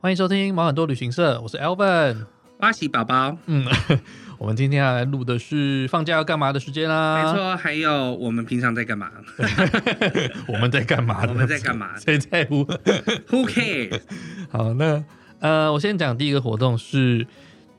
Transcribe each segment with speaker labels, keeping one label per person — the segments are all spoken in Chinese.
Speaker 1: 欢迎收听毛很多旅行社，我是 Alvin。
Speaker 2: 巴西宝宝，
Speaker 1: 嗯， 我们今天要来录的是放假要干嘛的时间啦。
Speaker 2: 没错，还有我们平常在干嘛
Speaker 1: 错， 我们在干嘛呢？
Speaker 2: 我们在干嘛
Speaker 1: 谁在乎？
Speaker 2: ？Who cares？
Speaker 1: 好，那呃，我先讲第一个活动是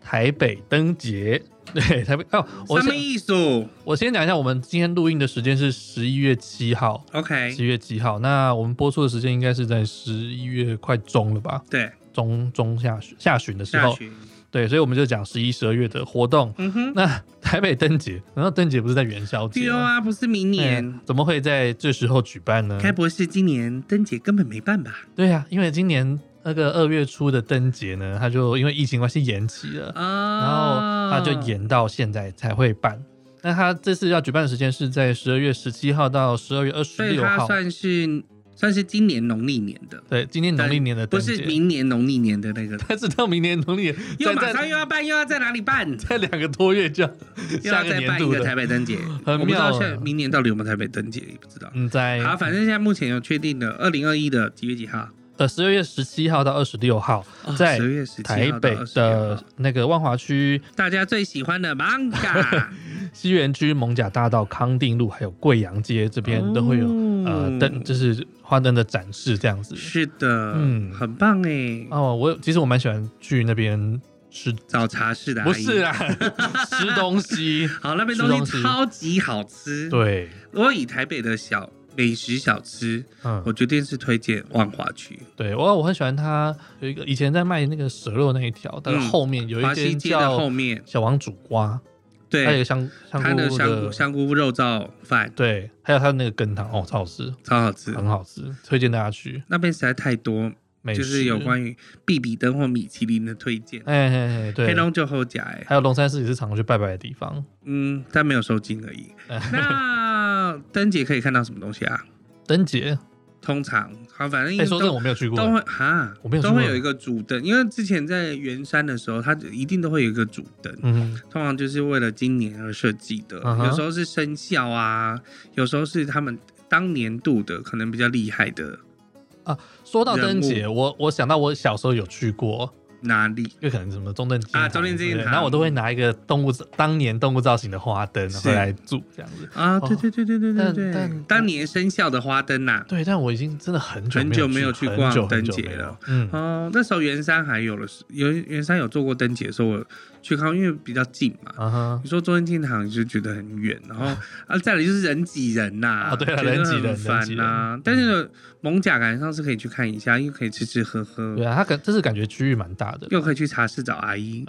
Speaker 1: 台北灯节。 对，台北哦，我
Speaker 2: 什么
Speaker 1: 先
Speaker 2: 艺术
Speaker 1: 我先讲一下，我们今天录音的时间是十一月七号，十
Speaker 2: ？OK，
Speaker 1: 一月七号。那我们播出的时间应该是在十一月快中了吧，
Speaker 2: 对，
Speaker 1: 中中下旬下旬的时
Speaker 2: 下
Speaker 1: 候。
Speaker 2: 去。
Speaker 1: 对，所以我们就讲十一、十二月的活动。
Speaker 2: 嗯哼，
Speaker 1: 那台北灯节，难道灯节不是在元宵节
Speaker 2: 丢
Speaker 1: 吗？
Speaker 2: 啊，不是明
Speaker 1: 哎
Speaker 2: 年，
Speaker 1: 怎么会在这时候举办呢？
Speaker 2: 该不会是今年灯节根本没办吧？
Speaker 1: 对呀、因为今年那个二月初的灯节呢，它就因为疫情关系延期了，嗯然后
Speaker 2: 啊，
Speaker 1: 它就延到现在才会办。那它这次要举办的时间是在十二月十七号到十二月二十
Speaker 2: 哦所以
Speaker 1: 六
Speaker 2: 它
Speaker 1: 号。
Speaker 2: 算是算是今年农历年的，
Speaker 1: 对，今年农历年的
Speaker 2: 不
Speaker 1: 灯
Speaker 2: 是
Speaker 1: 节，，
Speaker 2: 明年农历年的那个
Speaker 1: 但是到明年农历年
Speaker 2: 又
Speaker 1: 再
Speaker 2: 马上
Speaker 1: 在
Speaker 2: 又要办，又要在哪里 办？
Speaker 1: 在两个多月就要
Speaker 2: 又
Speaker 1: 下
Speaker 2: 要
Speaker 1: 个
Speaker 2: 再
Speaker 1: 年
Speaker 2: 办一
Speaker 1: 度
Speaker 2: 个
Speaker 1: 的
Speaker 2: 台，北灯节，我不知
Speaker 1: 妙
Speaker 2: 道
Speaker 1: 啊
Speaker 2: 现在明年到底有没有台北灯节，也不知道。
Speaker 1: 嗯，在
Speaker 2: 好，反正现在目前有确定的，二零二一的几月几号？
Speaker 1: 呃十二月十七号到二十六号，
Speaker 2: 哦
Speaker 1: 在
Speaker 2: 12月17
Speaker 1: 台
Speaker 2: 号到
Speaker 1: 北
Speaker 2: 26
Speaker 1: 的
Speaker 2: 号
Speaker 1: 那个万华区
Speaker 2: 大家最喜欢 的 manga
Speaker 1: 西园区、蒙甲大道、康定路，还有贵阳街这边都会有、呃灯，就是花灯的展示这样子。
Speaker 2: 嗯是的，
Speaker 1: 嗯
Speaker 2: 嗯，很棒哎，
Speaker 1: 哦，我其实我蛮喜欢去那边吃，
Speaker 2: 早茶室的阿姨
Speaker 1: 不是，啦， 吃东西。
Speaker 2: 好那边
Speaker 1: 吃
Speaker 2: 东
Speaker 1: 东西
Speaker 2: 西超级好吃。，
Speaker 1: 对，
Speaker 2: 如果以台北的小美食小吃，我
Speaker 1: 嗯，
Speaker 2: 决定是推荐万华区
Speaker 1: 对，我我很喜欢它有一个以前在卖那个蛇肉那一条，但是后面有
Speaker 2: 嗯华
Speaker 1: 一
Speaker 2: 西
Speaker 1: 间
Speaker 2: 街的后
Speaker 1: 叫
Speaker 2: 面，
Speaker 1: 小王煮瓜，还有一个
Speaker 2: 对，
Speaker 1: 香香
Speaker 2: 它
Speaker 1: 菇
Speaker 2: 的香菇香菇肉燥饭
Speaker 1: 对，还有它的那个羹汤哦，超好吃，
Speaker 2: 超好吃。
Speaker 1: 很好吃，推荐大家去。
Speaker 2: 那边实在太多，
Speaker 1: 嗯美食
Speaker 2: 就是有关于必比登或米其林的推荐。
Speaker 1: 哎哎哎，对，
Speaker 2: 黑龙就后甲哎，
Speaker 1: 还有龙山寺也是常去拜拜的地方。
Speaker 2: 嗯，但没有收金而 已。那灯节可以看到什么东西啊？
Speaker 1: 灯节，
Speaker 2: 通常好，反正因
Speaker 1: 哎、
Speaker 2: 为
Speaker 1: 说
Speaker 2: 都
Speaker 1: 真的我没有去过，
Speaker 2: 嗯都会哈，
Speaker 1: 我没有去
Speaker 2: 都
Speaker 1: 过
Speaker 2: 会有一个主灯，因为之前在圆山的时候，它一定都会有一个主灯，
Speaker 1: 嗯哼，
Speaker 2: 通常就是为了今年而设计的。
Speaker 1: 嗯哼
Speaker 2: 有时候是生肖啊，有时候是他们当年度的可能比较厉害的
Speaker 1: 说到灯节，我我想到我小时候有去过，
Speaker 2: 哪里。
Speaker 1: 就可能什么中正纪念堂
Speaker 2: 啊中正纪念
Speaker 1: 对
Speaker 2: 堂
Speaker 1: 然后我都会拿一个动物当年动物造型的花灯
Speaker 2: 是
Speaker 1: 回来住这样子。
Speaker 2: 啊，对
Speaker 1: 哦
Speaker 2: 对对对对对
Speaker 1: 但
Speaker 2: 对，
Speaker 1: 但
Speaker 2: 当年生肖的花灯啊呐、
Speaker 1: 对，但我已经真的很久
Speaker 2: 很久没有
Speaker 1: 去
Speaker 2: 去
Speaker 1: 很久
Speaker 2: 逛灯
Speaker 1: 很久
Speaker 2: 节
Speaker 1: 没有
Speaker 2: 了
Speaker 1: 嗯，
Speaker 2: 哦，那时候圆山还有了，有圆山有做过灯节的时候，我去看，因为比较近嘛，
Speaker 1: 啊哈，
Speaker 2: 你说中正纪念堂你就觉得很远， 然后啊，再来就是人挤人呐、
Speaker 1: 啊对啊
Speaker 2: 觉得
Speaker 1: 人挤人
Speaker 2: 很
Speaker 1: 人挤
Speaker 2: 烦
Speaker 1: 人
Speaker 2: 呐、
Speaker 1: 嗯
Speaker 2: 但是蒙甲感觉上是可以去看一下，又可以吃吃喝喝
Speaker 1: 对，啊，它感这次感觉区域蛮大 的，
Speaker 2: 又可以去茶室找 阿姨。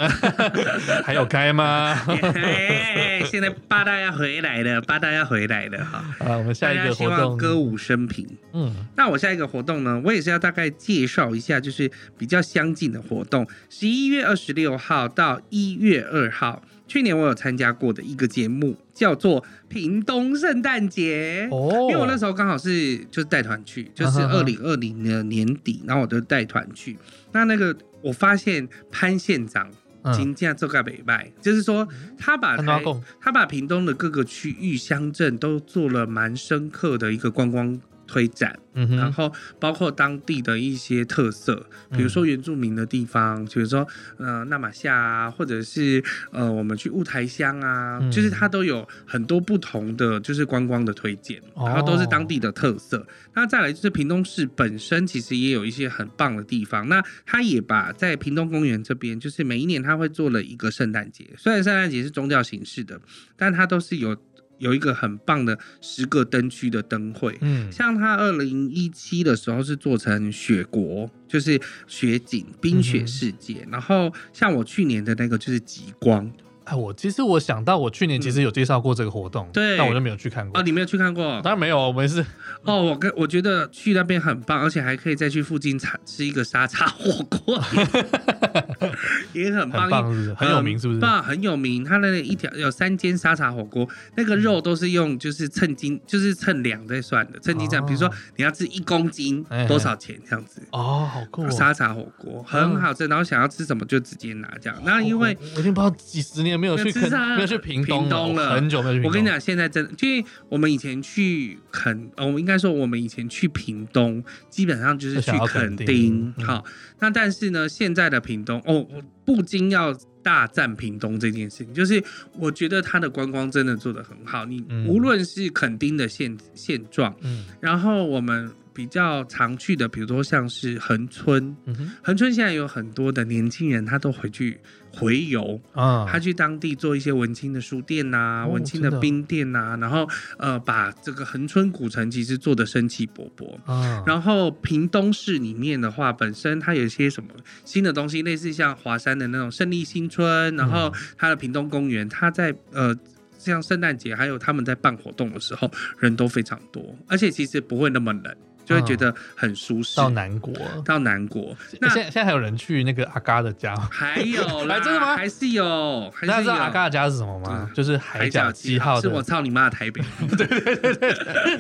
Speaker 1: 还有开 吗？
Speaker 2: 哎现在八大要回来了，八大要回来了哈！
Speaker 1: 啊，我们 下
Speaker 2: 大
Speaker 1: 一
Speaker 2: 家
Speaker 1: 个
Speaker 2: 希
Speaker 1: 活
Speaker 2: 望
Speaker 1: 动，
Speaker 2: 歌舞升平。
Speaker 1: 嗯，
Speaker 2: 那我下一个活动呢，我也是要大概介绍一下，就是比较相近的活动。十一月二十六号到一月二号，去年我有参加过的一个节目，叫做屏东圣诞节。
Speaker 1: 哦，
Speaker 2: 因为我那时候刚好是就是带团去，就是
Speaker 1: 啊哈哈
Speaker 2: 二零二零的年底，然后我就带团去。那那个我发现潘县长
Speaker 1: 嗯，
Speaker 2: 金价这个北卖，就是说他把
Speaker 1: 安抓
Speaker 2: 台
Speaker 1: 贡，
Speaker 2: 他把屏东的各个区域乡镇都做了蛮深刻的一个观光推展。
Speaker 1: 嗯哼，嗯
Speaker 2: 然后包括当地的一些特色，比如说原住民的地方，比如说呃纳马夏啊，或者是呃我们去雾台乡啊，
Speaker 1: 嗯
Speaker 2: 就是它都有很多不同的就是观光的推荐，
Speaker 1: 哦
Speaker 2: 然后都是当地的特色。那再来就是屏东市本身其实也有一些很棒的地方，那它也把在屏东公园这边，就是每一年它会做了一个圣诞节，虽然圣诞节是宗教形式的，但它都是有。有一个很棒的十个灯区的灯会，
Speaker 1: 嗯，
Speaker 2: 像它二零一七的时候是做成雪国，就是雪景冰雪世
Speaker 1: 嗯
Speaker 2: 界。然后像我去年的那个就是极光，
Speaker 1: 哎，我其实我想到，我去年其实有介绍过这个活动，
Speaker 2: 嗯对
Speaker 1: 但我就没有去看过。
Speaker 2: 哦，你没有去看过
Speaker 1: 当然没有，啊我们是
Speaker 2: 哦。我跟我觉得去那边很棒，而且还可以再去附近吃吃一个沙茶 火锅，也很棒。
Speaker 1: 很棒，是不是？很有名，是不是？
Speaker 2: 棒，很有名。它那一条有三间沙茶火锅，那个肉都是用就是称斤，就是称两在算的，称斤算。
Speaker 1: 哦
Speaker 2: 比如说你要吃一公斤
Speaker 1: 哎哎
Speaker 2: 多少钱这样子。
Speaker 1: 哦，好酷哦！嗯
Speaker 2: 沙茶火锅很好吃，然后想要吃什么就直接拿这样。那因为
Speaker 1: 哦我我已经不知道几十年没有去
Speaker 2: 那吃
Speaker 1: 垦，
Speaker 2: 啥
Speaker 1: 没有去屏东
Speaker 2: 屏东了
Speaker 1: 很久没有去屏东。
Speaker 2: 我跟你，讲，现在真的，因为我们以前去垦，呃，我们应该说我们以前去屏东，基本上就是去
Speaker 1: 就想要
Speaker 2: 垦
Speaker 1: 垦
Speaker 2: 丁
Speaker 1: 丁。嗯
Speaker 2: 好，那但是呢，现在的屏东，哦，我不禁要大赞屏东这件事情，就是我觉得它的观光真的做得很好。你
Speaker 1: 嗯
Speaker 2: 无论是垦丁的现现状，
Speaker 1: 嗯
Speaker 2: 然后我们比较常去的，比如说像是恒春，
Speaker 1: 嗯哼
Speaker 2: 恒春现在有很多的年轻人，他都回去回游，
Speaker 1: 啊，
Speaker 2: 他去当地做一些文青的书店呐、
Speaker 1: 哦
Speaker 2: 文青
Speaker 1: 真
Speaker 2: 的
Speaker 1: 的
Speaker 2: 冰店呐、然后呃，把这个恒春古城其实做的生气勃勃。
Speaker 1: 啊，
Speaker 2: 然后屏东市里面的话，本身它有一些什么新的东西，类似像华山的那种胜利新村，然
Speaker 1: 嗯
Speaker 2: 后它的屏东公园，它在呃。像圣诞节，还有他们在办活动的时候，人都非常多，而且其实不会那么冷，
Speaker 1: 嗯
Speaker 2: 就会觉得很舒适。
Speaker 1: 到南国，
Speaker 2: 到南国，那
Speaker 1: 现在现在还有人去那个阿嘎的家吗，
Speaker 2: 还有啦，
Speaker 1: 哎真的吗
Speaker 2: 还是有，还
Speaker 1: 大家
Speaker 2: 是
Speaker 1: 知
Speaker 2: 有
Speaker 1: 道阿嘎的家是什么吗
Speaker 2: 嗯？
Speaker 1: 就是
Speaker 2: 海
Speaker 1: 海
Speaker 2: 角
Speaker 1: 角
Speaker 2: 七
Speaker 1: 七
Speaker 2: 号
Speaker 1: 号
Speaker 2: 是我
Speaker 1: 的，
Speaker 2: 操你妈的台北。对 对对对。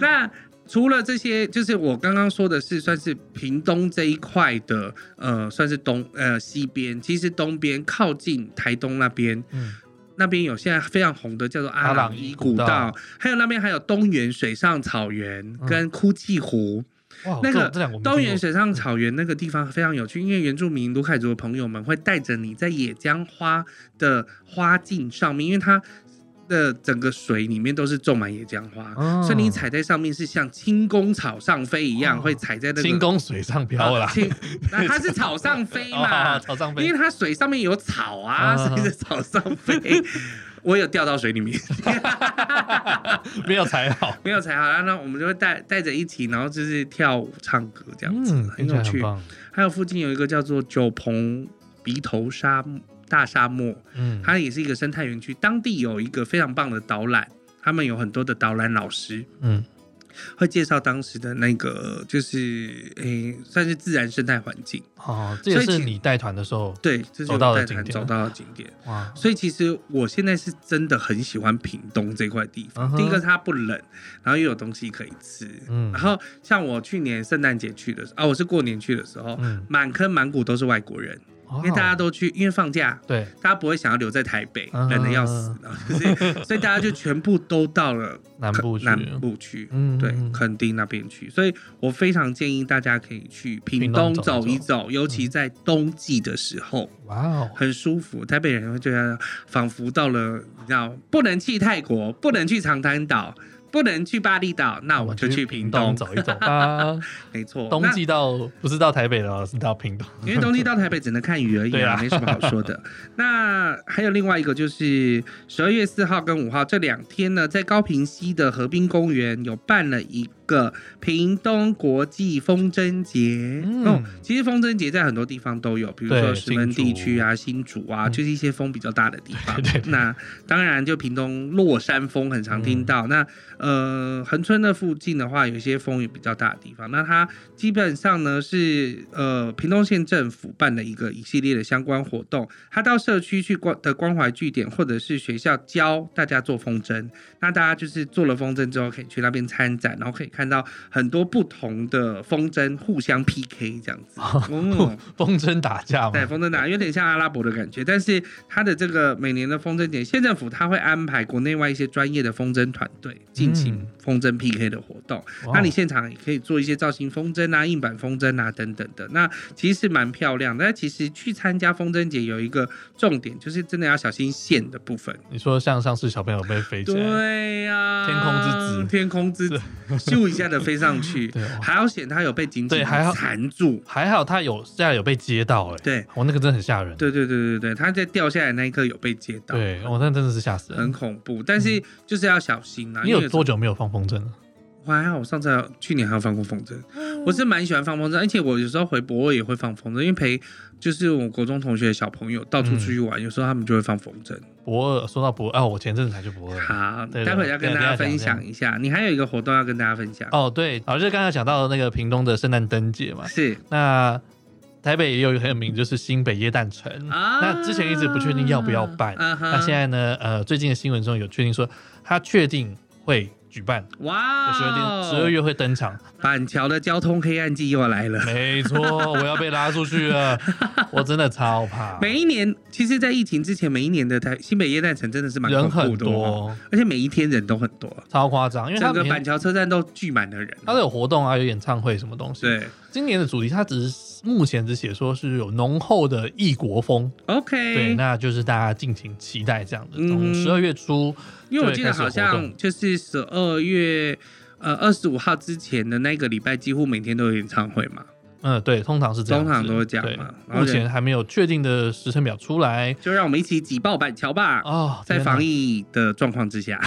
Speaker 2: 那除了这些，就是我刚刚说的是算是屏东这一块的，呃，算是东呃西边，其实东边靠近台东那边。
Speaker 1: 嗯，
Speaker 2: 那边有现在非常红的叫做阿
Speaker 1: 阿
Speaker 2: 朗
Speaker 1: 朗
Speaker 2: 伊
Speaker 1: 伊
Speaker 2: 古
Speaker 1: 古
Speaker 2: 道
Speaker 1: 道，
Speaker 2: 还有那边还有东原水上草原
Speaker 1: 嗯
Speaker 2: 跟哭泣湖，
Speaker 1: 哇，
Speaker 2: 那
Speaker 1: 这
Speaker 2: 个
Speaker 1: 种这两个我没嗯
Speaker 2: 东
Speaker 1: 听
Speaker 2: 原
Speaker 1: 过
Speaker 2: 水上草原那个地方非常有趣，因为原住民卢凯族的朋友们会带着你在野姜花的花茎上面，因为它的整个水里面都是种满野姜花，
Speaker 1: 哦
Speaker 2: 所以你踩在上面是像轻功草上飞一样，
Speaker 1: 哦
Speaker 2: 会踩在那个
Speaker 1: 轻功水上漂
Speaker 2: 啊
Speaker 1: 啦，
Speaker 2: 轻那它是草上飞嘛
Speaker 1: 哦，草上
Speaker 2: 因
Speaker 1: 飞
Speaker 2: 为，它水上面有草啊，
Speaker 1: 啊
Speaker 2: 所以在草上飞。我有掉到水里面，
Speaker 1: 没有才好，
Speaker 2: 没有踩好，然后我们就会带带着一起，然后就是跳舞、唱歌这样子，
Speaker 1: 嗯，听
Speaker 2: 很
Speaker 1: 起
Speaker 2: 有
Speaker 1: 来
Speaker 2: 趣
Speaker 1: 很。棒，
Speaker 2: 还有附近有一个叫做九鹏鼻头沙漠大沙漠，
Speaker 1: 嗯，
Speaker 2: 它也是一个生态园区，当地有一个非常棒的导览。他们有很多的导览老师
Speaker 1: 嗯
Speaker 2: 会介绍当时的那个，就是诶、算是自然生态环境。
Speaker 1: 哦，这也
Speaker 2: 所以
Speaker 1: 是
Speaker 2: 其
Speaker 1: 你带团的时候，
Speaker 2: 对，这是
Speaker 1: 走到
Speaker 2: 我
Speaker 1: 了
Speaker 2: 带团
Speaker 1: 景点
Speaker 2: 走到的景点。
Speaker 1: 哇，
Speaker 2: 所以其实我现在是真的很喜欢屏东这块地方。
Speaker 1: 嗯哼
Speaker 2: 第一个它不冷，然后又有东西可以吃。
Speaker 1: 嗯
Speaker 2: 然后像我去年圣诞节去的时候，啊，我是过年去的时候，
Speaker 1: 嗯，
Speaker 2: 满坑满谷都是外国人。
Speaker 1: 因
Speaker 2: 因为大家都去，因为放假，
Speaker 1: 对，
Speaker 2: 大家不会想要留在台北，
Speaker 1: 啊
Speaker 2: 冷的要死，然后就是， 所以大家就全部都到了
Speaker 1: 南部去
Speaker 2: 南部去，
Speaker 1: 嗯
Speaker 2: 对
Speaker 1: 嗯，嗯
Speaker 2: 垦丁那边去。所以我非常建议大家可以去屏
Speaker 1: 屏东
Speaker 2: 东
Speaker 1: 走一嗯
Speaker 2: 走一
Speaker 1: 走
Speaker 2: 走，尤其在冬季的时候。
Speaker 1: 哇哦，
Speaker 2: 很舒服，台北人会觉得仿佛到了，你知道，不能去泰国，不能去长滩岛，不能去巴厘岛，那我就去屏东。
Speaker 1: 走一走 吧。
Speaker 2: 没错，
Speaker 1: 冬季到不是到台北了，是到屏东。
Speaker 2: 因为冬季到台北只能看雨而已
Speaker 1: 对
Speaker 2: 啊，
Speaker 1: 啊
Speaker 2: 没什么好 说的。那还有另外一个就是十二月四号跟五号这两天呢，在高平溪的河滨公园有办了一个屏东国际风筝节。
Speaker 1: 嗯
Speaker 2: 哦，其实风筝节在很多地方都有，比如说
Speaker 1: 对
Speaker 2: 石门
Speaker 1: 新竹
Speaker 2: 地区啊、新竹啊，
Speaker 1: 嗯
Speaker 2: 就是一些风比较大的地方。
Speaker 1: 对对对
Speaker 2: 那当然就屏东落山风很常听
Speaker 1: 嗯
Speaker 2: 到。那呃，恒春那附近的话，有一些风雨比较大的地方，那它基本上呢是呃屏东县政府办的一个一系列的相关活动，它到社区去关的关怀据点，或者是学校教大家做风筝，那大家就是做了风筝之后，可以去那边参展，然后可以看到很多不同的风筝互相 PK 这样子。哦
Speaker 1: 风筝打 架
Speaker 2: 对，
Speaker 1: 嘛，
Speaker 2: 风筝打有点像阿拉伯的感觉，但是它的这个每年的风筝节，县政府它会安排国内外一些专业的风筝团队进行
Speaker 1: 嗯
Speaker 2: 风筝 PK 的活动。
Speaker 1: 哇哦
Speaker 2: 那你现场也可以做一些造型风筝啊、硬板风筝啊等等的，那其实蛮漂亮的。那其实去参加风筝节有一个重点，就是真的要小心线的部分。
Speaker 1: 你说像上次小朋友被飞起来，
Speaker 2: 对呀、
Speaker 1: 天空之子
Speaker 2: 天空之子，咻一下的飞上 去
Speaker 1: 对，哇
Speaker 2: 还好险它有被紧紧
Speaker 1: 对还好
Speaker 2: 地缠住。
Speaker 1: 还好他有现在有被接到，哎，
Speaker 2: 对，
Speaker 1: 我那个真的很吓人。
Speaker 2: 对对对对对，它在掉下来那一刻有被接到。
Speaker 1: 对，我那真的是吓死
Speaker 2: 很
Speaker 1: 人。
Speaker 2: 恐怖，但是就是要小心啦、
Speaker 1: 你
Speaker 2: 因为
Speaker 1: 有
Speaker 2: 有时候
Speaker 1: 多久没有放风筝了？
Speaker 2: 我还好，我上次还有去年还有放过风筝，
Speaker 1: 嗯
Speaker 2: 我是蛮喜欢放风筝，而且我有时候回博尔也会放风筝，因为陪就是我国中同学的小朋友到处出去
Speaker 1: 嗯
Speaker 2: 玩，有时候他们就会放风筝。
Speaker 1: 博尔说到博尔，哦，我前阵子才去博 尔。
Speaker 2: 好，
Speaker 1: 对
Speaker 2: 待会儿要跟大家
Speaker 1: 对等
Speaker 2: 分
Speaker 1: 一下
Speaker 2: 享一下，你还有一个活动要跟大家分享，
Speaker 1: 哦，对，啊，就是刚才讲到那个屏东的圣诞灯节嘛，
Speaker 2: 是
Speaker 1: 那台北也有一个很有名，就是新北耶诞城。
Speaker 2: 啊，
Speaker 1: 那之前一直不确定要不要办
Speaker 2: 啊哈
Speaker 1: 那现在呢，呃，最近的新闻中有确定说，他确定会举办，
Speaker 2: 哇
Speaker 1: 十二
Speaker 2: 哦，
Speaker 1: 点十二月会登场。
Speaker 2: 板桥的交通黑暗季又要来了。
Speaker 1: 没 错，我要被拉出去了，我真的超怕。
Speaker 2: 每一年，其实，在疫情之前，每一年的台新北耶诞城真的是蛮
Speaker 1: 人
Speaker 2: 恐怖
Speaker 1: 很
Speaker 2: 的哦，
Speaker 1: 多，
Speaker 2: 而且每一天人都很多，
Speaker 1: 超夸张，因为它
Speaker 2: 整个
Speaker 1: 每
Speaker 2: 板
Speaker 1: 天
Speaker 2: 桥车站都聚满了人。
Speaker 1: 它都有活动啊，有演唱会什么东西。
Speaker 2: 对
Speaker 1: 今年的主题它只是目前只写说是有浓厚的异国风，
Speaker 2: ，OK，
Speaker 1: 对，那就是大家敬请期待这样的。
Speaker 2: 嗯
Speaker 1: 从
Speaker 2: 哼
Speaker 1: 十二月初，
Speaker 2: 因为我记得
Speaker 1: 就
Speaker 2: 好
Speaker 1: 会开始有活动
Speaker 2: 像就是十二月呃二十五号之前的那个礼拜，几乎每天都有演唱会嘛，
Speaker 1: 嗯，对，通常是这样子，
Speaker 2: 通常都会这样
Speaker 1: 对
Speaker 2: 嘛然后
Speaker 1: 目前还没有确定的时程表出来
Speaker 2: 就让我们一起挤爆板桥吧。
Speaker 1: 哦，
Speaker 2: 在防
Speaker 1: 疫
Speaker 2: 疫的状况之下，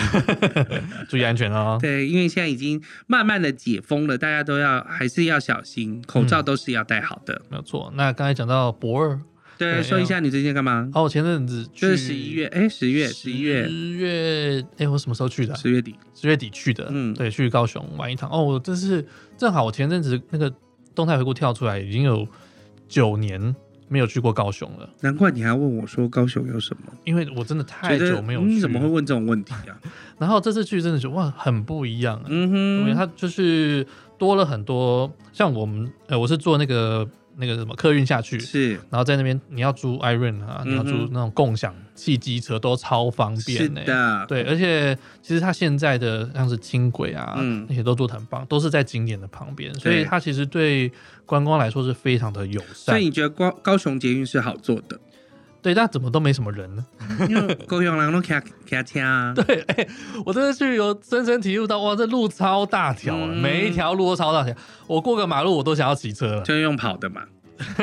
Speaker 1: 注意安全哦。
Speaker 2: 对，因为现在已经慢慢的解封了，大家都要还是要小心，口
Speaker 1: 嗯
Speaker 2: 罩都是要戴好的。
Speaker 1: 没有错，那刚才讲到博尔，
Speaker 2: 对，
Speaker 1: 对哎
Speaker 2: 说一下你最近干嘛？
Speaker 1: 哦，我前阵子去
Speaker 2: 就是十一月，哎，十月，十一月，
Speaker 1: 十月，哎、我什么时候去的啊？
Speaker 2: 十月底。
Speaker 1: 十月底去的，
Speaker 2: 嗯
Speaker 1: 嗯，对，去高雄玩一趟。哦，我这是正好，我前阵子那个动态回顾跳出来，已经有九年没有去过高雄了，
Speaker 2: 难怪你还问我说高雄有什么？
Speaker 1: 因为我真的太
Speaker 2: 觉得
Speaker 1: 久没有去。
Speaker 2: 你怎么会？问这种问题 啊？
Speaker 1: 然后这次去真的觉得哇，很不一样、啊，因为
Speaker 2: 嗯哼，
Speaker 1: 它就是多了很多，像我们，呃，我是坐那个那个什么客运下去。
Speaker 2: 是
Speaker 1: 然后在那边，你要租 Iron 啊，你要租
Speaker 2: 嗯哼
Speaker 1: 那种共享汽机车，都超方
Speaker 2: 是
Speaker 1: 便呢、
Speaker 2: 的，
Speaker 1: 欸对，而且其实它现在的像是轻轨啊，
Speaker 2: 嗯
Speaker 1: 那些都做得很棒，都是在景点的旁边，所以
Speaker 2: 对
Speaker 1: 它其实对观光来说是非常的友
Speaker 2: 所
Speaker 1: 善
Speaker 2: 以。你觉得高高雄捷运是好做 的？
Speaker 1: 对，但怎么都没什么人呢？
Speaker 2: 因为高雄人都开开车啊，
Speaker 1: 对，哎、我真的去有深深体悟到，哇，这路超大条啊，
Speaker 2: 嗯
Speaker 1: 每一条路都超大条，我过个马路我都想要骑车了，
Speaker 2: 就用跑的 嘛。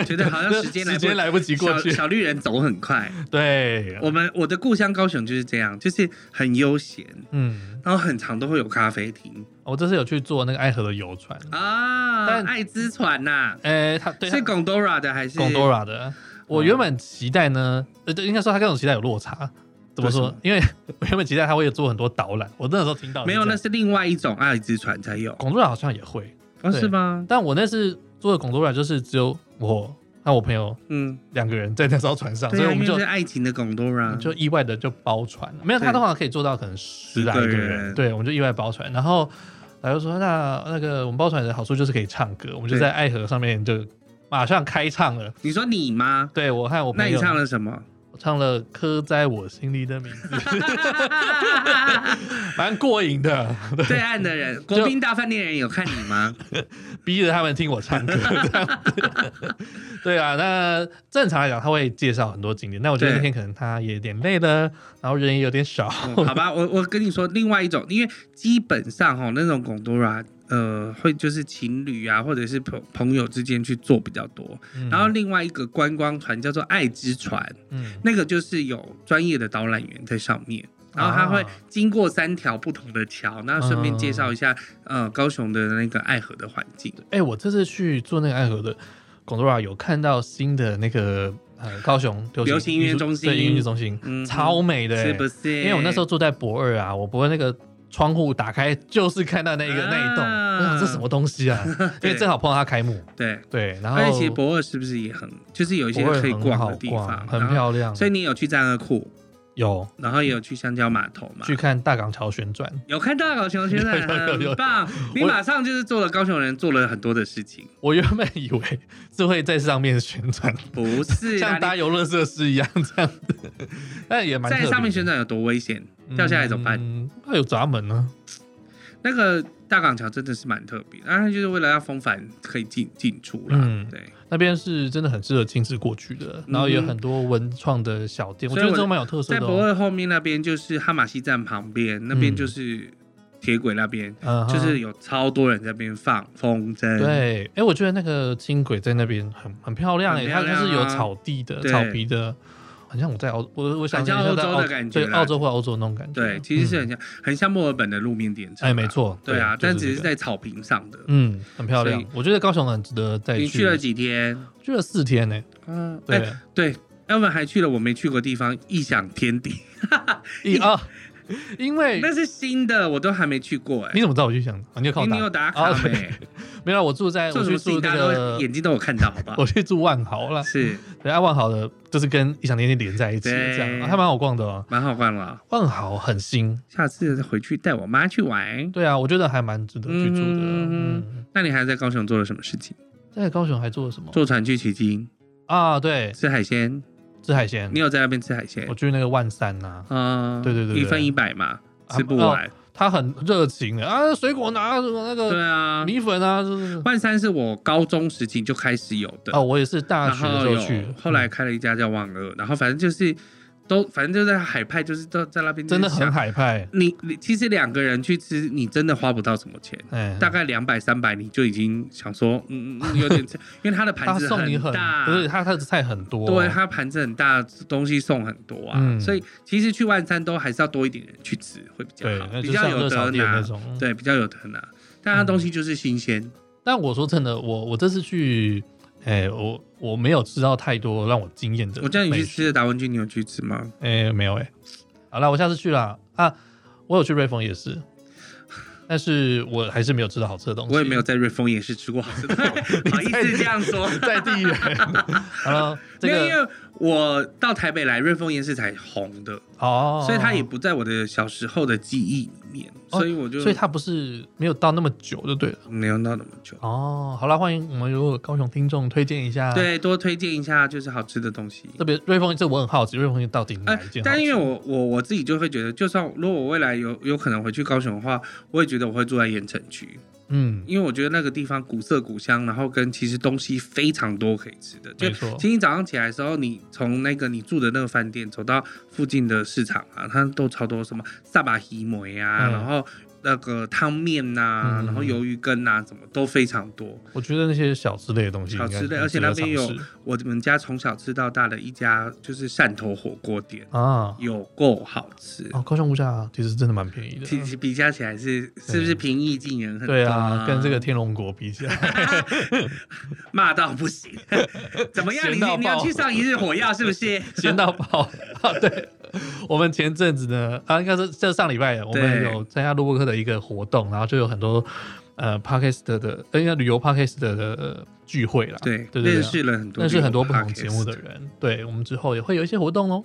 Speaker 2: 觉得好像时间来
Speaker 1: 时
Speaker 2: 不
Speaker 1: 间来不及过
Speaker 2: 小
Speaker 1: 去。
Speaker 2: 小绿人走 很快。
Speaker 1: 对，
Speaker 2: 我们我的故乡高雄就是这样，就是很悠闲，
Speaker 1: 嗯，
Speaker 2: 然后很长都会有咖啡厅
Speaker 1: 我这次有去坐那个爱河的游船，
Speaker 2: 啊。
Speaker 1: 但
Speaker 2: 爱之船呐、
Speaker 1: 哎、它对
Speaker 2: 是
Speaker 1: 它
Speaker 2: Gondora 的还是
Speaker 1: Gondora
Speaker 2: 嗯
Speaker 1: 的。我原本期待呢，呃，对应该说它跟我期待有落差。怎么说
Speaker 2: 为什么？
Speaker 1: 因为 我原本期待它会有做很多导览，我那时候听到
Speaker 2: 没有，那
Speaker 1: 呢。
Speaker 2: 是另外一种爱之船才有。
Speaker 1: 广州好像也会，
Speaker 2: 哦，
Speaker 1: 对
Speaker 2: 是吗？
Speaker 1: 但我那次做的广州软就是只有我和我朋友
Speaker 2: 嗯，
Speaker 1: 两个人在那艘船上，
Speaker 2: 对
Speaker 1: 所以
Speaker 2: 啊，
Speaker 1: 我
Speaker 2: 因
Speaker 1: 们
Speaker 2: 为
Speaker 1: 就
Speaker 2: 这是爱情的
Speaker 1: 我
Speaker 2: Gondora，
Speaker 1: 们就意外的就包船了。没有，
Speaker 2: 对
Speaker 1: 他通常可以做到可能十来个
Speaker 2: 十个
Speaker 1: 人，
Speaker 2: 人
Speaker 1: 对，我们就意外包船。然后他就说，那那个我们包船的好处就是可以唱歌，我们就
Speaker 2: 对
Speaker 1: 在爱河上面就马上开唱了。
Speaker 2: 你说你吗？
Speaker 1: 对我和我
Speaker 2: 那
Speaker 1: 朋
Speaker 2: 你
Speaker 1: 友
Speaker 2: 唱了 什么？
Speaker 1: 我唱了《刻在我心里的名字》，蛮过瘾的，
Speaker 2: 对岸的人，国宾大饭店人有看你吗？
Speaker 1: 逼着他们听我唱 歌。这样子对啊，那正常来讲他会介绍很多景点，那我觉得
Speaker 2: 对
Speaker 1: 那天可能他也有点累了，然后人也有点少。
Speaker 2: 哦好吧，我我跟你说，另外一种，因为基本上哈、那种贡多拉，呃，会就是情侣啊，或者是朋朋友之间去做比较多。
Speaker 1: 嗯
Speaker 2: 然后另外一个观光船叫做爱之船，
Speaker 1: 嗯，
Speaker 2: 那个就是有专业的导览员在上面。然后他会
Speaker 1: 啊
Speaker 2: 经过三条不同的桥，那顺便介绍一
Speaker 1: 哦
Speaker 2: 下，呃，高雄的那个爱河的环境。
Speaker 1: 哎、我这次去做那个爱河的广州啊，有看到新的那个呃高雄
Speaker 2: 流行音乐
Speaker 1: 艺术
Speaker 2: 中心
Speaker 1: 对音乐中心，
Speaker 2: 嗯
Speaker 1: 超美的、欸
Speaker 2: 是不是？
Speaker 1: 因为我那时候住在博二啊，我博二那个窗户打开就是看到那一个、
Speaker 2: 啊
Speaker 1: 那一栋，我想这什么东西 啊？因
Speaker 2: 对
Speaker 1: 为正好碰到它开幕，
Speaker 2: 对，
Speaker 1: 对，然后
Speaker 2: 而且其实博尔是不是也很，就是有一些
Speaker 1: 博二
Speaker 2: 可以
Speaker 1: 很
Speaker 2: 逛
Speaker 1: 好
Speaker 2: 的地方，
Speaker 1: 很
Speaker 2: 然后
Speaker 1: 漂亮，
Speaker 2: 所以你有去战恶库，
Speaker 1: 有
Speaker 2: 然后也有去香蕉码头嘛？
Speaker 1: 去看大港桥旋转。
Speaker 2: 有看到高雄现在
Speaker 1: 有有有
Speaker 2: 很棒，你
Speaker 1: 我
Speaker 2: 马上就是做了高雄人做了很多的事情，
Speaker 1: 我原本以为是会在上面旋转，
Speaker 2: 不是啊啦
Speaker 1: 像搭游乐设施一样这样子，但也
Speaker 2: 你
Speaker 1: 蛮
Speaker 2: 在上面
Speaker 1: 特
Speaker 2: 旋转有多危险？
Speaker 1: 别的
Speaker 2: 掉下来怎么办？
Speaker 1: 嗯，它有闸门呢、
Speaker 2: 那个大港桥真的是蛮特别，当然就是为了要风帆可以进进出啦。
Speaker 1: 嗯
Speaker 2: 对，
Speaker 1: 那边是真的很适合亲自过去的，然后也有很多文创的小店，我
Speaker 2: 嗯所
Speaker 1: 觉
Speaker 2: 以
Speaker 1: 得
Speaker 2: 我
Speaker 1: 这都蛮有特色
Speaker 2: 在
Speaker 1: 的、
Speaker 2: 博
Speaker 1: 哦。
Speaker 2: 尔后面那边就是哈马西站旁边，那边
Speaker 1: 嗯
Speaker 2: 就是铁轨那边，
Speaker 1: 嗯哼
Speaker 2: 就是有超多人在那边放风筝。
Speaker 1: 对，哎、我觉得那个轻轨在那边很很漂亮哎、
Speaker 2: 很
Speaker 1: 它
Speaker 2: 漂亮
Speaker 1: 它
Speaker 2: 啊
Speaker 1: 是有草地的、
Speaker 2: 对
Speaker 1: 草皮的，很像我在澳，我我想
Speaker 2: 很像
Speaker 1: 象一下在
Speaker 2: 欧洲的感觉
Speaker 1: 对，
Speaker 2: 啦
Speaker 1: 澳洲或欧洲那种感觉。
Speaker 2: 对，其实是
Speaker 1: 嗯
Speaker 2: 很像、很像墨尔本的路面电车。
Speaker 1: 哎、没。错，
Speaker 2: 对啊，但只
Speaker 1: 就是这个
Speaker 2: 在草坪上的。
Speaker 1: 嗯，很漂亮
Speaker 2: 所以，
Speaker 1: 我觉得高雄很值得再
Speaker 2: 你
Speaker 1: 去。
Speaker 2: 去了几天？
Speaker 1: 去了四天呢、
Speaker 2: 嗯，哎、
Speaker 1: 对，啊
Speaker 2: 对，要不然还去了我没去过的地方——异想天地，
Speaker 1: 一啊，因为
Speaker 2: 那是新的，我都还没去过哎、
Speaker 1: 你怎么知道我去想？啊你有看我
Speaker 2: 你
Speaker 1: 打
Speaker 2: 你有打卡
Speaker 1: 啊
Speaker 2: 没？
Speaker 1: 对没有啊，我住在
Speaker 2: 做
Speaker 1: 我
Speaker 2: 什么
Speaker 1: 去
Speaker 2: 事
Speaker 1: 住
Speaker 2: 情大
Speaker 1: 那
Speaker 2: 家
Speaker 1: 个
Speaker 2: 都，眼睛都有看到，好不好？
Speaker 1: 我去住万豪啦。
Speaker 2: 是
Speaker 1: 对啊，万豪的就是跟异想天地连在一起，
Speaker 2: 对
Speaker 1: 这样、啊还蛮好逛的、哦。
Speaker 2: 蛮好逛了哦，
Speaker 1: 万豪很新，
Speaker 2: 下次回去带我妈去玩。
Speaker 1: 对啊，我觉得还蛮值得去住的。哦
Speaker 2: 嗯
Speaker 1: 嗯，
Speaker 2: 那你还在高雄做了什么事情？
Speaker 1: 在高雄还做了什么
Speaker 2: 坐船去取经，
Speaker 1: 啊？对，
Speaker 2: 吃海鲜。
Speaker 1: 吃海鲜
Speaker 2: 你，有在那边吃海鲜
Speaker 1: 我？去那个万三呐、
Speaker 2: 啊，
Speaker 1: 对对对对
Speaker 2: 一分一百嘛，
Speaker 1: 啊
Speaker 2: 吃不完。
Speaker 1: 他很热情的啊，水果拿什么那
Speaker 2: 对
Speaker 1: 个
Speaker 2: 啊，
Speaker 1: 米粉啊， 就是
Speaker 2: 万山是我高中时期就开始有的，
Speaker 1: 哦，我也是大
Speaker 2: 然
Speaker 1: 学的
Speaker 2: 后
Speaker 1: 时候
Speaker 2: 有
Speaker 1: 去，嗯
Speaker 2: 后来开了一家叫万恶，然后反正就是都反正就在海派，就是都在那边
Speaker 1: 嗯真的
Speaker 2: 就是想
Speaker 1: 很海派，
Speaker 2: 你你其实两个人去吃，你真的花不到什么钱，
Speaker 1: 哎，
Speaker 2: 大概两百三百你就已经想说，嗯，嗯 嗯有点吃，因为它的
Speaker 1: 他
Speaker 2: 盘子
Speaker 1: 送你很，
Speaker 2: 大，
Speaker 1: 不是他他的菜很多，
Speaker 2: 对，它盘子很大，东西送很多啊，
Speaker 1: 嗯
Speaker 2: 所以其实去万山都还是要多一点人去吃会比较
Speaker 1: 对，
Speaker 2: 好，
Speaker 1: 那
Speaker 2: 比
Speaker 1: 就
Speaker 2: 较
Speaker 1: 像
Speaker 2: 有
Speaker 1: 热
Speaker 2: 得
Speaker 1: 炒店那
Speaker 2: 拿，
Speaker 1: 种。嗯
Speaker 2: 对，比较有得拿，但它东西就是新鲜，
Speaker 1: 但我说真的，我我这次去，哎，我我没有吃到太多让我惊艳的。
Speaker 2: 我叫你去，吃的达文君，你有去吃吗？
Speaker 1: 哎，没有哎。好了，我下次去啦啊，我有去瑞丰夜市，但是我还是没有吃到好吃的东西。
Speaker 2: 我也没有在瑞丰也是吃过好吃的， 不好意思这样说。
Speaker 1: 在地缘。好了，这
Speaker 2: 没有，因
Speaker 1: 个
Speaker 2: 为我到台北来，瑞丰夜市才红的，
Speaker 1: 哦，
Speaker 2: 所以它也不在我的小时候的记忆里面，
Speaker 1: 哦
Speaker 2: 所以我就
Speaker 1: 所以它不是没有到那么久就对了。
Speaker 2: 没有闹那么久。
Speaker 1: 哦，好了，欢迎我们如果高雄听众推荐一下，，
Speaker 2: 对，多推荐一下就是好吃的东西。
Speaker 1: 特别瑞丰这我很好奇，瑞丰到底哪
Speaker 2: 哎
Speaker 1: 一件好吃？
Speaker 2: 但因为我我我自己就会觉得，就算如果我未来有有可能回去高雄的话，我也觉得我会住在盐城区，
Speaker 1: 嗯，
Speaker 2: 因为我觉得那个地方古色古香，然后跟其实东西非常多可以吃的，就
Speaker 1: 没错，
Speaker 2: 其实你早上起来的时候，你从那个你住的那个饭店走到附近的市场啊，它都超多什么萨巴希梅啊，
Speaker 1: 嗯
Speaker 2: 然后那个汤面呐、
Speaker 1: 嗯
Speaker 2: 然后鱿鱼羹呐、什么都非常多。
Speaker 1: 我觉得那些小吃类的东西应该
Speaker 2: 小吃类
Speaker 1: 很
Speaker 2: 而且
Speaker 1: 值得
Speaker 2: 那边
Speaker 1: 尝
Speaker 2: 有
Speaker 1: 试
Speaker 2: 我们家从小吃到大的一家就是汕头火锅店，
Speaker 1: 啊，
Speaker 2: 有够好吃。
Speaker 1: 哦，高雄物价其实真的蛮便宜的，
Speaker 2: 其实嗯比较起来是是不是平易近人很多、
Speaker 1: 对啊，跟这个天龙国比起来，
Speaker 2: 骂到不行， 怎么样？你
Speaker 1: 闲到
Speaker 2: 你要
Speaker 1: 爆
Speaker 2: 去上一日火药是 不是？
Speaker 1: 咸到爆啊！对，我们前阵子呢，啊，应该是这上礼拜我们
Speaker 2: 对
Speaker 1: 有参加录播课的一个活动，然后就有很多呃 podcast 的，呃应该旅游 podcast 的呃聚会啦，
Speaker 2: 对，
Speaker 1: 对对
Speaker 2: 认识了很多，
Speaker 1: 认识很多不同节目的。人，对我们之后也会有一些活动哦，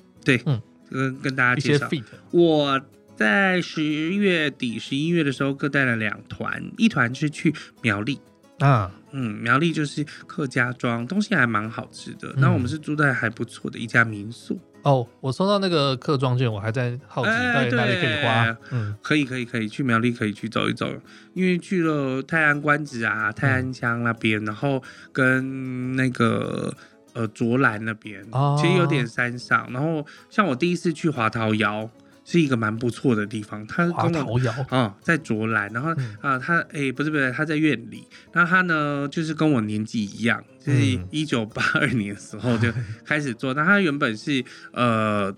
Speaker 2: 跟跟大家
Speaker 1: 一
Speaker 2: 介
Speaker 1: 些
Speaker 2: 绍，
Speaker 1: feat
Speaker 2: 我在十月底、十一月的时候各带了两团，一团是去苗栗，
Speaker 1: 啊，
Speaker 2: 嗯，苗栗就是客家庄，东西还蛮好吃
Speaker 1: 嗯
Speaker 2: 的。那、我们是住在还不错的一家民宿，
Speaker 1: 哦，我收到那个客庄券，我还在好奇
Speaker 2: 哎
Speaker 1: 到底哪里可以花
Speaker 2: 对，
Speaker 1: 嗯，
Speaker 2: 可以可以可以去苗栗可以去走一走，因为去了泰安关子啊、泰安乡那边，然后跟那个。呃，卓兰那边、
Speaker 1: 哦
Speaker 2: 其实有点山上，然后像我第一次去华陶窑是一个蛮不错的地方，它
Speaker 1: 华
Speaker 2: 跟
Speaker 1: 陶
Speaker 2: 我
Speaker 1: 窑，
Speaker 2: 哦，在卓兰，然后啊、
Speaker 1: 嗯
Speaker 2: 他诶、不是不是，他在院里，那他呢就是跟我年纪一样，就是
Speaker 1: 嗯
Speaker 2: 一九八二年的时候就开始做，那他原本是呃。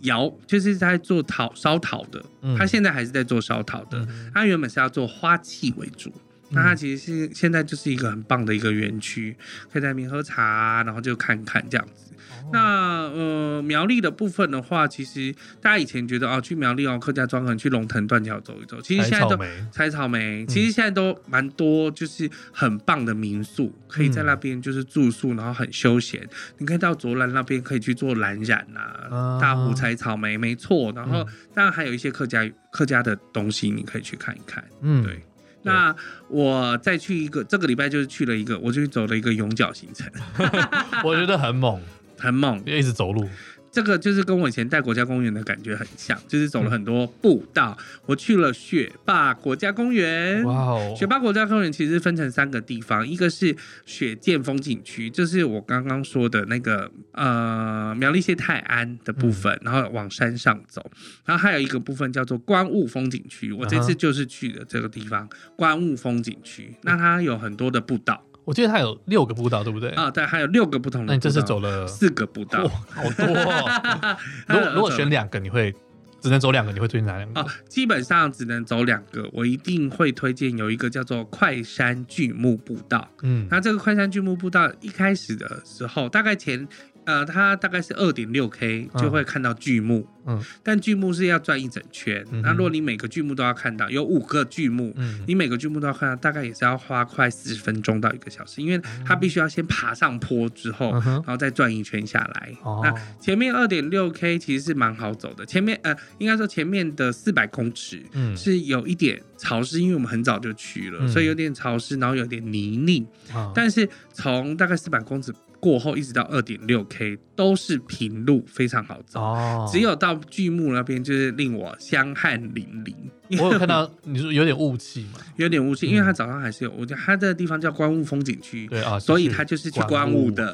Speaker 2: 窑就是在做陶烧陶的，
Speaker 1: 嗯
Speaker 2: 他现在还是在做烧陶的。
Speaker 1: 嗯
Speaker 2: 他原本是要做花器为主，那它其实是现在就是一个很棒的一个园区，可以在那边喝茶啊，然后就看看这样子。
Speaker 1: 哦
Speaker 2: 那呃，苗栗的部分的话，其实大家以前觉得哦，去苗栗哦，客家庄可能去龙腾断桥走一走，其实
Speaker 1: 采
Speaker 2: 现在
Speaker 1: 草
Speaker 2: 都
Speaker 1: 莓，
Speaker 2: 采草
Speaker 1: 嗯
Speaker 2: 莓，其实现在都蛮多，就是很棒的民宿，可以在那边就是住宿，然后很休闲。你可以到卓兰那边可以去做蓝染啊
Speaker 1: 啊，
Speaker 2: 大湖采草莓，没错。然后
Speaker 1: 嗯
Speaker 2: 当然还有一些客家客家的东西，你可以去看一看。
Speaker 1: 嗯，
Speaker 2: 对那我再去一个，这个礼拜就是去了一个，我就走了一个永角行 程，
Speaker 1: 我觉得很猛，
Speaker 2: 很猛。
Speaker 1: 一直走路，
Speaker 2: 这个就是跟我以前带国家公园的感觉很像，就是走了很多步道。我去了雪霸国家公园。
Speaker 1: 哇哦，
Speaker 2: 雪霸国家公园其实分成三个地方，一个是雪见风景区，就是我刚刚说的那个呃苗栗县泰安的部分，
Speaker 1: 嗯
Speaker 2: 然后往山上走，然后还有一个部分叫做观雾风景区，我这
Speaker 1: 啊
Speaker 2: 次
Speaker 1: 哈
Speaker 2: 就是去的这个地方观雾风景区，那它有很多的步道
Speaker 1: 我记得它有六个步道，对不对？
Speaker 2: 啊，对，还有六个不同
Speaker 1: 嗯
Speaker 2: 的步道，
Speaker 1: 那你这次走了
Speaker 2: 嗯四个步道
Speaker 1: 哇，，好多、 哦。如果如果选两个，你会只能走两个，你会推荐哪两个？
Speaker 2: 啊，基本上只能走两个，我一定会推荐有一个叫做快山巨木步道。
Speaker 1: 嗯
Speaker 2: 那这个快山巨木步道一开始的时候，大概前呃，它大概是二点六 K
Speaker 1: 嗯
Speaker 2: 就会看到剧目，
Speaker 1: 嗯
Speaker 2: 但剧目是要转一整圈。
Speaker 1: 嗯哼
Speaker 2: 那如果你每个剧目都要看到，有五个剧目，
Speaker 1: 嗯
Speaker 2: 你每个剧目都要看到，大概也是要花快四十分钟到一个小时，因为它必须要先爬上坡之后，
Speaker 1: 嗯哼
Speaker 2: 然后再转一圈下来。
Speaker 1: 哦
Speaker 2: 那前面二点六 K 其实是蛮好走的，前面呃，应该说前面的四百公尺
Speaker 1: 嗯
Speaker 2: 是有一点潮湿，因为我们很早就去了，
Speaker 1: 嗯
Speaker 2: 所以有点潮湿，然后有点泥泞。
Speaker 1: 啊
Speaker 2: 但是从大概四百公尺过后，一直到二点六 K 都是平路，非常好走。
Speaker 1: 哦，
Speaker 2: 只有到巨幕那边，就是令我香汗淋漓，
Speaker 1: 我有看到你说有点雾气嘛，
Speaker 2: 有点雾气，因为它早上还是有雾气。它的地方叫观雾风景区，
Speaker 1: 嗯对啊，
Speaker 2: 所以它就是去观雾
Speaker 1: 雾，
Speaker 2: 的。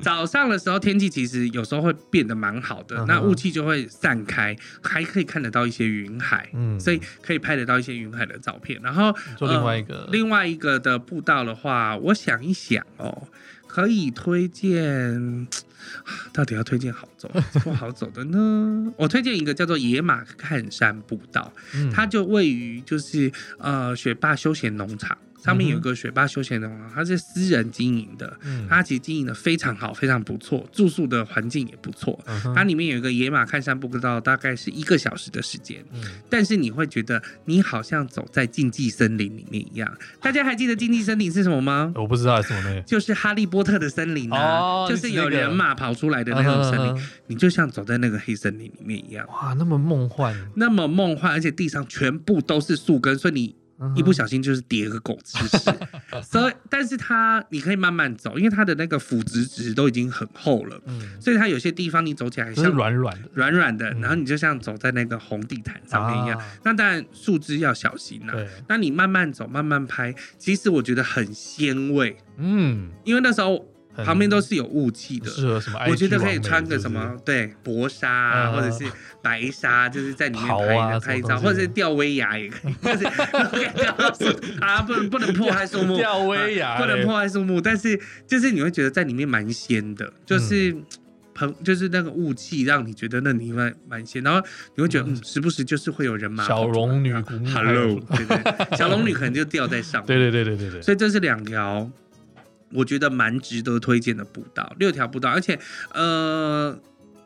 Speaker 2: 早上的时候天气其实有时候会变得蛮好的
Speaker 1: 嗯，哼
Speaker 2: 那雾气就会散开，还可以看得到一些云海，
Speaker 1: 嗯
Speaker 2: 所以可以拍得到一些云海的照片。然后
Speaker 1: 做另外一个
Speaker 2: 呃另外一个的步道的话，我想一想哦，可以推荐。 到底要推荐好走 还是不好走的呢？我推荐一个叫做野马看山步道，
Speaker 1: 嗯
Speaker 2: 它就位于就是呃雪霸休闲农场上面有一个雪霸休闲农场，它是私人经营的，
Speaker 1: 嗯
Speaker 2: 它其实经营的非常好，非常不错，住宿的环境也不错。
Speaker 1: 嗯哼
Speaker 2: 它里面有一个野马看山步道，大概是一个小时的时间，
Speaker 1: 嗯
Speaker 2: 但是你会觉得你好像走在禁忌森林里面一样。大家还记得禁忌森林是什么吗？
Speaker 1: 我不知道是什么那个
Speaker 2: 就是哈利波特的森林啊，
Speaker 1: 哦
Speaker 2: 就是
Speaker 1: 你是那
Speaker 2: 有
Speaker 1: 个
Speaker 2: 人马跑出来的那种森林，
Speaker 1: 嗯嗯嗯
Speaker 2: 你就像走在那个黑森林里面一样。
Speaker 1: 哇，那么梦幻，
Speaker 2: 那么梦幻，而且地上全部都是树根，所以你
Speaker 1: 嗯哼
Speaker 2: 一不小心就是跌个狗吃屎。所以，但是它你可以慢慢走，因为它的那个腐殖质都已经很厚了，
Speaker 1: 嗯，
Speaker 2: 所以它有些地方你走起来
Speaker 1: 就是
Speaker 2: 像
Speaker 1: 软软的
Speaker 2: 软软的，
Speaker 1: 嗯
Speaker 2: 然后你就像走在那个红地毯上面一样。
Speaker 1: 啊
Speaker 2: 那当然树枝要小心啦、
Speaker 1: 对，
Speaker 2: 那你慢慢走，慢慢拍，其实我觉得很鲜味，
Speaker 1: 嗯，
Speaker 2: 因为那时候
Speaker 1: 很
Speaker 2: 旁边都是有雾气的，
Speaker 1: 适合什么 IG 完美？
Speaker 2: 我觉得可以穿
Speaker 1: 是
Speaker 2: 个
Speaker 1: 不是
Speaker 2: 什么，对，薄纱啊，
Speaker 1: 嗯
Speaker 2: 或者是白纱，就是在里面
Speaker 1: 袍
Speaker 2: 拍
Speaker 1: 啊
Speaker 2: 的拍
Speaker 1: 什么
Speaker 2: 照，
Speaker 1: 东西
Speaker 2: 或者是吊威亚也可以，就是 吊到树啊，不能不能破坏树木，
Speaker 1: 吊威亚哎
Speaker 2: 啊不能
Speaker 1: 嘞
Speaker 2: 破坏树木，但是就是你会觉得在里面蛮鲜的，
Speaker 1: 嗯
Speaker 2: 就是。朋就是那个雾气，让你觉得那里面蛮鲜，然后你会觉得，嗯，时不时就是会有人马
Speaker 1: 小龙女古墓派的
Speaker 2: Hello，对对，小龙女可能就吊在上面，
Speaker 1: 对对对对对对，
Speaker 2: 所以这是两条我觉得蛮值得推荐的步道，六条步道，而且呃，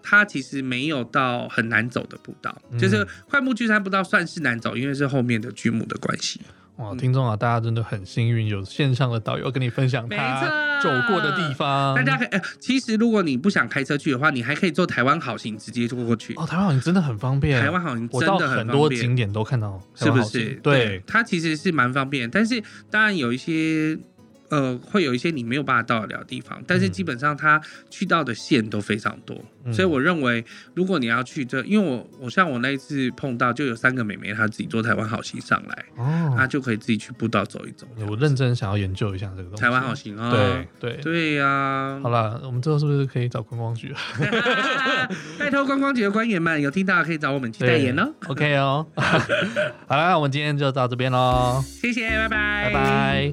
Speaker 2: 它其实没有到很难走的步道，
Speaker 1: 嗯
Speaker 2: 就是快木巨山步道算是难走，因为是后面的巨木的关系。
Speaker 1: 哇，听众啊，大家真的很幸运，有线上的导游跟你分享
Speaker 2: 没
Speaker 1: 他走
Speaker 2: 错
Speaker 1: 过的地方。
Speaker 2: 大家可以、呃，其实如果你不想开车去的话，你还可以坐台湾好行直接坐过去。
Speaker 1: 哦，台湾好像真的很方便，
Speaker 2: 台湾好行
Speaker 1: 我
Speaker 2: 真
Speaker 1: 到
Speaker 2: 的
Speaker 1: 很
Speaker 2: 方
Speaker 1: 多
Speaker 2: 便。
Speaker 1: 景点都看到，
Speaker 2: 是
Speaker 1: 台湾
Speaker 2: 不
Speaker 1: 好景
Speaker 2: 是？
Speaker 1: 对，
Speaker 2: 它其实是蛮方便，但是当然有一些。呃，会有一些你没有办法到得了的地方，但是基本上它去到的线都非常多，
Speaker 1: 嗯
Speaker 2: 所以我认为如果你要去这，因为我我像我那一次碰到就有三个美眉，她自己坐台湾好行上来，
Speaker 1: 哦，
Speaker 2: 她就可以自己去步道走一走。
Speaker 1: 我认真想要研究一下这个东西。
Speaker 2: 台湾好行哦，
Speaker 1: 嗯对对
Speaker 2: 对啊呀、
Speaker 1: 好啦，我们最后是不是可以找观光局啊
Speaker 2: 拜托观光局的官员们，有听到可以找我们去代言哦，
Speaker 1: ？OK 哦， 好啦，我们今天就到这边喽，
Speaker 2: 谢谢，拜
Speaker 1: 拜。
Speaker 2: 拜，
Speaker 1: 拜。